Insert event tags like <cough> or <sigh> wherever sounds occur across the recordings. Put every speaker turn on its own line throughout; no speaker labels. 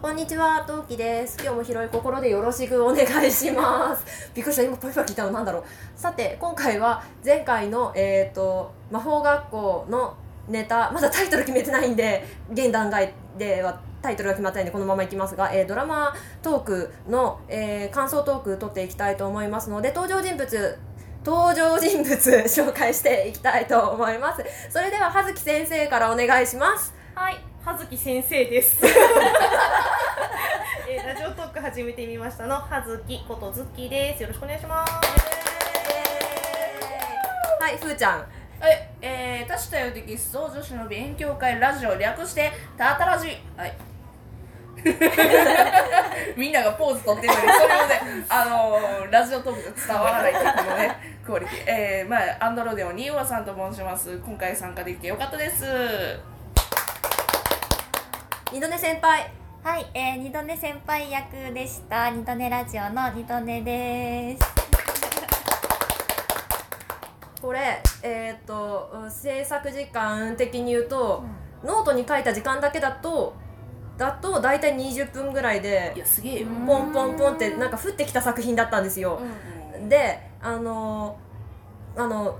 こんにちは、トウキです。今日も広い心でよろしくお願いします。びっくりした、今パリパリ聞いたのなんだろう。さて、今回は前回の、えっ、と、魔法学校のネタ、まだタイトル決めてないんで、現段階ではタイトルが決まってないんで、このままいきますが、えードラマトークの、えー感想トーク取っていきたいと思いますので、登場人物、登場人物 <laughs> 紹介していきたいと思います。それでは、葉月先生からお願いします。
はい、葉月先生 <laughs> です。えーラジオトーク始めてみましたの葉月ことずきです。よろしくお願いします。
はい、ふーちゃん。
はい、えー、多種多様的思想女子の勉強会ラジオ略してタタラジ <laughs> はい。みんながポーズ取ってるのにそれをね、あのー、ラジオトークで伝わらないっていうのねクオリティえー、まあアンドロデオにオラさんと申します今回参加できてよかったです
二度寝先輩。
はい、えー、二度寝先輩役でした。二度寝ラジオの二度寝です。
これ、えーっとうん制作時間的に言うと、ノートに書いた時間だけだとだと大体20分ぐらいで
いやすげえよ、
ポンポンポンってなんか降ってきた作品だったんですよ。であのあの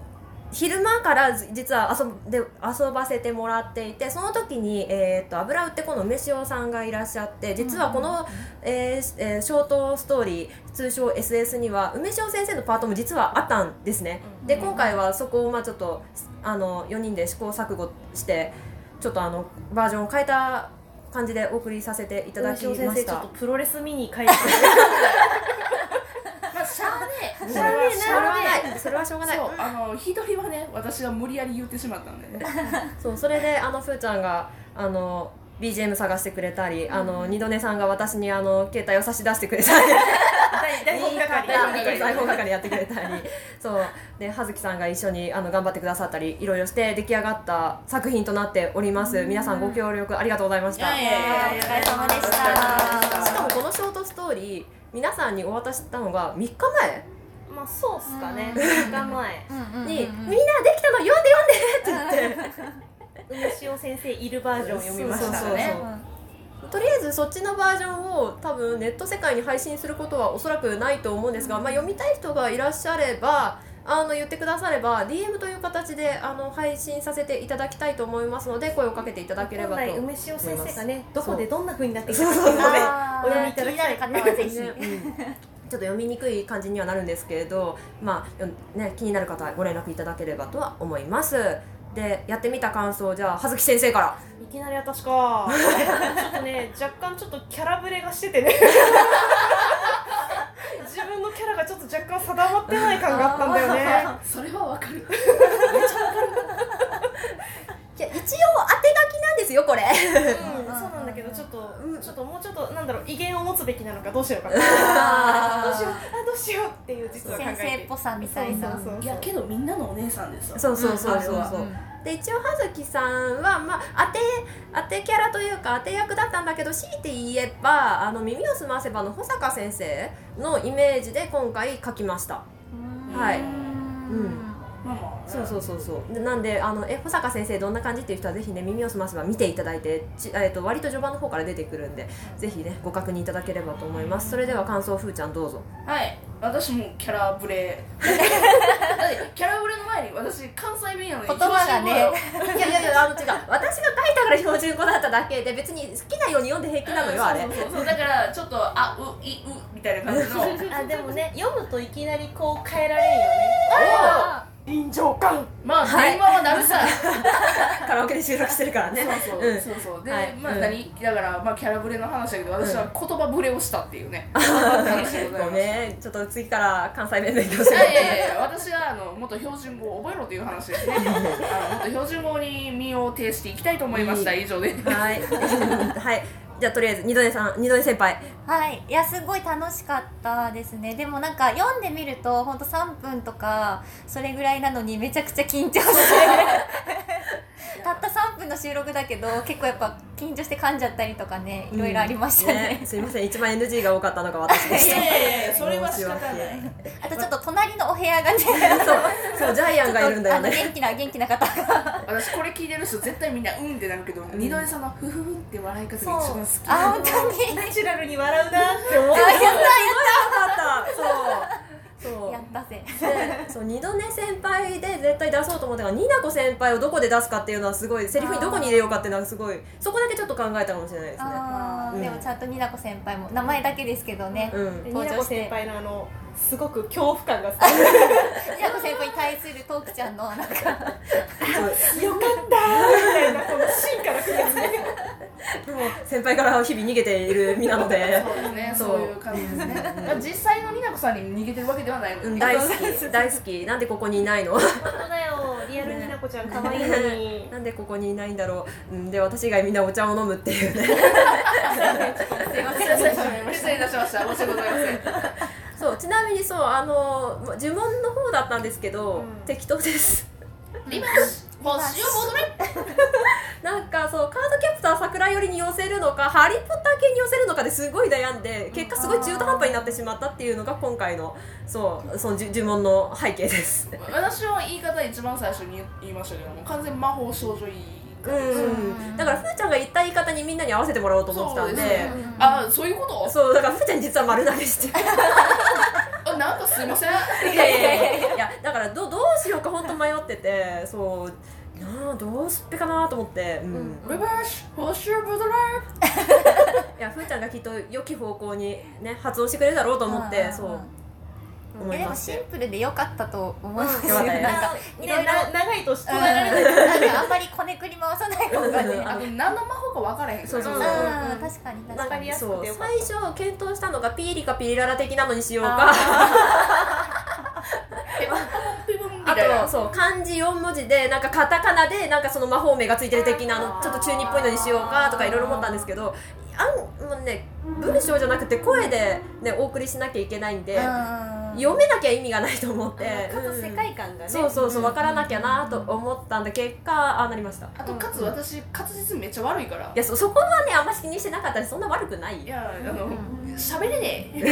昼間から実は遊んで遊ばせてもらっていてその時に、えー、と油売ってこの梅塩さんがいらっしゃって実はこの、えーえーショートストーリー通称 SS には梅塩先生のパートも実はあったんですね、で今回はそこをまあちょっとあの4人で試行錯誤してちょっとあのバージョンを変えた感じでお送りさせていただきま
先生
し
ちょったと。プロレス見に <laughs> 帰ってく
まあしゃあねえ
それはしょうがないそれはしょうがない
そうあの一人はね私が無理やり言ってしまったんでね
そうそれであのふーちゃんがあの BGM 探してくれたり、あの二度寝さんが私にあの携帯を差し出してくれ <laughs> たり
大大本係
係
台本係やってくれたりそうで葉月さんが一緒にあの頑張ってくださったりいろいろして出来上がった作品となっております、皆さんご協力ありがとうございました、
いやいやいやいや
お疲れ様でした
しかもこのショートストーリー皆さんにお渡ししたのが3日
まあそうっすかね。
うん
3日前。
前に、みんなできたの読んで読んでって言って
梅塩先生いるバージョン読みました
そうそう
ね。
そうとりあえずそっちのバージョンを多分ネット世界に配信することはおそらくないと思うんですが、まあ、読みたい人がいらっしゃればあの言ってくだされば DM という形であの配信させていただきたいと思いますので声をかけていただけれ
本
ばと
来
思い
梅塩先生がね、ど
そう
こでどんな風になっていたかっていうので、
あー
お読みいただきたい
気になる方はぜひ。
ねうんちょっと読みにくい感じにはなるんですけれど、まあよね、気になる方はご連絡いただければとは思います。でやってみた感想じゃあ葉月先生から
いきなり私か。ちょっとね、若干ちょっとキャラブレがしててね。自分のキャラがちょっと若干定まってない感があったんだよね。
それはわかる
いや一応当て書きなんですよこれ
うんそうなんだけどちょっと、ちょっともうちょっとなんだろう威厳を持つべきなのかどうしようかどうしよう
あ
あどうしようっていう実は考え
先
て
生っぽさみたいな。
そうそうそう
いやけどみんなのお姉さんですわ
そうそうそうそうそう、
うん
で一応葉月さんは、まあ、当て当てキャラというか当て役だったんだけど強いて言えば「あの耳をすませば」の保坂先生のイメージで今回書きましたはい
うん
まあまあ
そうそうそうそうでなんであのえ保坂先生どんな感じっていう人はぜひね「耳をすませば」見ていただいて、ちえー、と割と序盤の方から出てくるんでぜひねご確認いただければと思いますそれでは感想ふーちゃんどうぞ
はい私もキャラブレ <laughs> だってキャラブレの前に私関西弁やのに
言葉がね
標準語
いやいやいやあの違う私が書いたから標準語だっただけで別に好きなように読んで平気なのよあれ
そうそうそうそうだからちょっとあういうみたいな感じの
あでもね読むといきなりこう変えられんよね臨場感
まあ電話はなるさ、
カラオケで収録してるからね
そう
うん
そうそうそうで、
はい
まあ
うん
何だからまあキャラブレの話だけど私は言葉ブレをしたっていうね、話でござい
ご
まし
めん、ちょっと次から関西弁勉強して
たいやいやいやいや私はあのもっと標準語を覚えろという話ですねあのもっと標準語に身を呈していきたいと思いました以上で
はい、はい、じゃあとりあえず二度寝さん、二度寝先輩。
はい、いやすごい楽しかったですねでもなんか読んでみるとほんと3分とかそれぐらいなのにめちゃくちゃ緊張して
<laughs>
たった3分の収録だけど結構やっぱ緊張して噛んじゃったりとかねいろいろありましたね,、
ねすみません、一番 NG が多かったのが私でした。
やいや
それは仕方ない
あとちょっと隣のお部屋が
<laughs>
ね
そう、そうジャイアンがいるんだよ
あの
ね。 <laughs>
元気な元気な方が
あ私これ聞いてる人絶対みんなうんってなるけど、二度江さんのふふふって笑い方が一番好き
あ本当に
ナチュラルに笑うなって思う
あやったやったよかったそうそう
やったぜ
でそう二度寝先輩で絶対出そうと思ったからになこ先輩をどこで出すかっていうのはすごいセリフにどこに入れようかっていうのはすごいそこだけちょっと考えたかもしれないですね
あーでもちゃんとになこ先輩も名前だけですけどね
うん
ニナコ先輩のあのすごく恐怖感がす
になこ先輩に対するトークちゃんのなんか
ごいよかったーみたいなこの芯から来るやつね
でも先輩から日々逃げている身なので
そうですね
そう
そういう感じですね <laughs> 実際のになこさんに逃げてるわけではないも
うんん
ね
大好き大好きなんでここにいないの
本当だよリアルになこちゃん可愛いのに
なんでここにいないんだろう、うん、で私以外みんなお茶を飲むっていうね
すいません
<laughs> 失礼いたしました申し訳ございません
<laughs> そうちなみにそうあのま呪文の方だったんですけど、
うん
適当です <laughs>
リバシ星を戻れ
なんかそうカードキャプター桜寄りに寄せるのかハリー・ポッター系に寄せるのかですごい悩んで結果すごい中途半端になってしまったっていうのが今回のそうその呪呪文の背景です。
私は言い方一番最初に言いましたけども完全魔法少女言い方
う
です
ん、だからふーちゃんが言った言い方にみんなに合わせてもらおうと思ってたんで
そうですねあそういうこと
そうだからふーちゃんに実は丸投げして
あなんかすいません
いやいやいやいやいやだからどどうしようか本当迷っててそうなあどうすっぺかなと思って、うん
リバシ星を戻れ
いやふーちゃんがきっと良き方向にね発音してくれるだろうと思っ
んん
て
ん
そう思
い
い
やで
ま
も
し
シ
て
ンプルで良かったと思います
よか
よ
ったです
なんかいろい
な
ろ
長い年
うん
取られる
なんかあんまりこねくり回さない方がね
あの何の魔法か分からへん
そうそうそ
うん
う
確かに確
なん
か
か
に
りやすくてよか
そ
っ
う最初検討したのがピーリかピリララ的なのにしよう
あ
か
ピブンピブンみ
あ
たいな
とそう漢字4文字でなんかカタカナでなんかその魔法名がついてる的な
あ
の
ー
ちょっと中二っぽいのにしようかとかいろいろ思ったんですけどあんもうね文章じゃなくて声で、ね、お送りしなきゃいけないんで
うん
読めなきゃ意味がないと思って
あのかつ世界観がね
そうそうそう分からなきゃなと思ったんで結果ああなりましたい
あとかつ私滑舌めっちゃ悪いから
やそそこはねあんまり気にしてなかったしそんな悪くない
いやあの
うん
喋れねえっ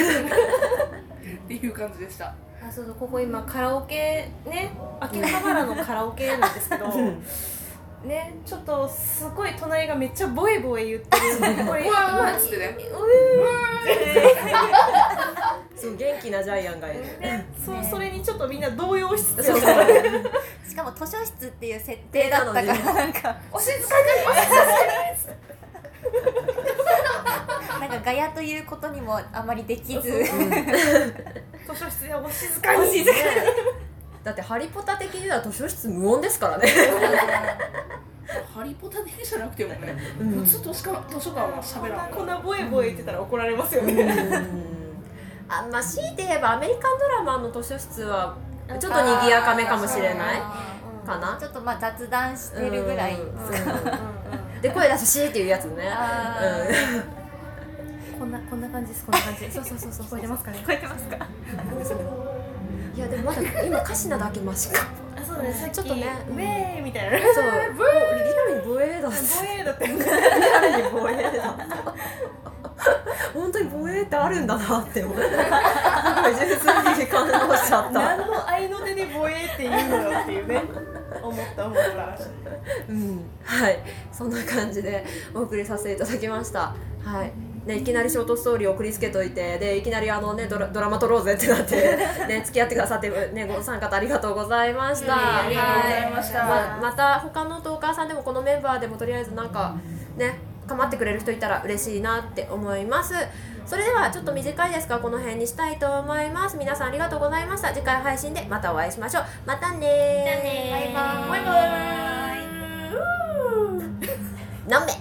ていう感じでした
あそうそうここ今カラオケね秋葉原のカラオケなんですけど
うん
ねちょっとすごい隣がめっちゃボエボエ言ってるこれ
うわーうわーっつってね
そう元気なジャイアンがいる
ね、そうそれにちょっとみんな動揺しつつ
そうそう
しかも図書室っていう設定だったから
なのに
なんか
お静かに
<laughs> なんかガヤということにもあまりできず
図書室でお静かに
だって「ハリポタ」的には図書室無音ですからね
ハリポタだけじゃなくてもね、
うん
普通図書館図書館は喋らん
こんなボエボエ言ってたら怒られますよね、
あまあ強いて言えばアメリカンドラマの図書室はちょっと賑やかめかもしれないかな
ちょっとまあ雑談してるぐらい
うん
うん
で声出してシーっていうやつね
あ
こんなこんな感じですこんな感じそうそうそうそう聞こえてますかね聞こえてますか
うんいやでもまだ今カシナだけマシか
あそうだねさっき
ちょっとね
ウェーみたいなボ
そうもうリアルに防衛だ
エだったよね
リアルに防衛だ本当に防衛ってあるんだなって思うすごい純粋に感動しちゃった
何の合いの手でボエって言うのよっていうね思った思った
うん、はい、そんな感じでお送りさせていただきました。はい。ね、いきなりショートストーリーを送りつけといてでいきなりあの、ね、ドラドラマ撮ろうぜってなって、ね、付き合ってくださって、ね、ご参加ありがとうございました
ありがとうございました
はいままた他のトーカーさんでもこのメンバーでもとりあえずなんかね構ってくれる人いたら嬉しいなって思いますそれではちょっと短いですがこの辺にしたいと思います皆さんありがとうございました次回配信でまたお会いしましょうまたね
バイバイ
<laughs> 飲め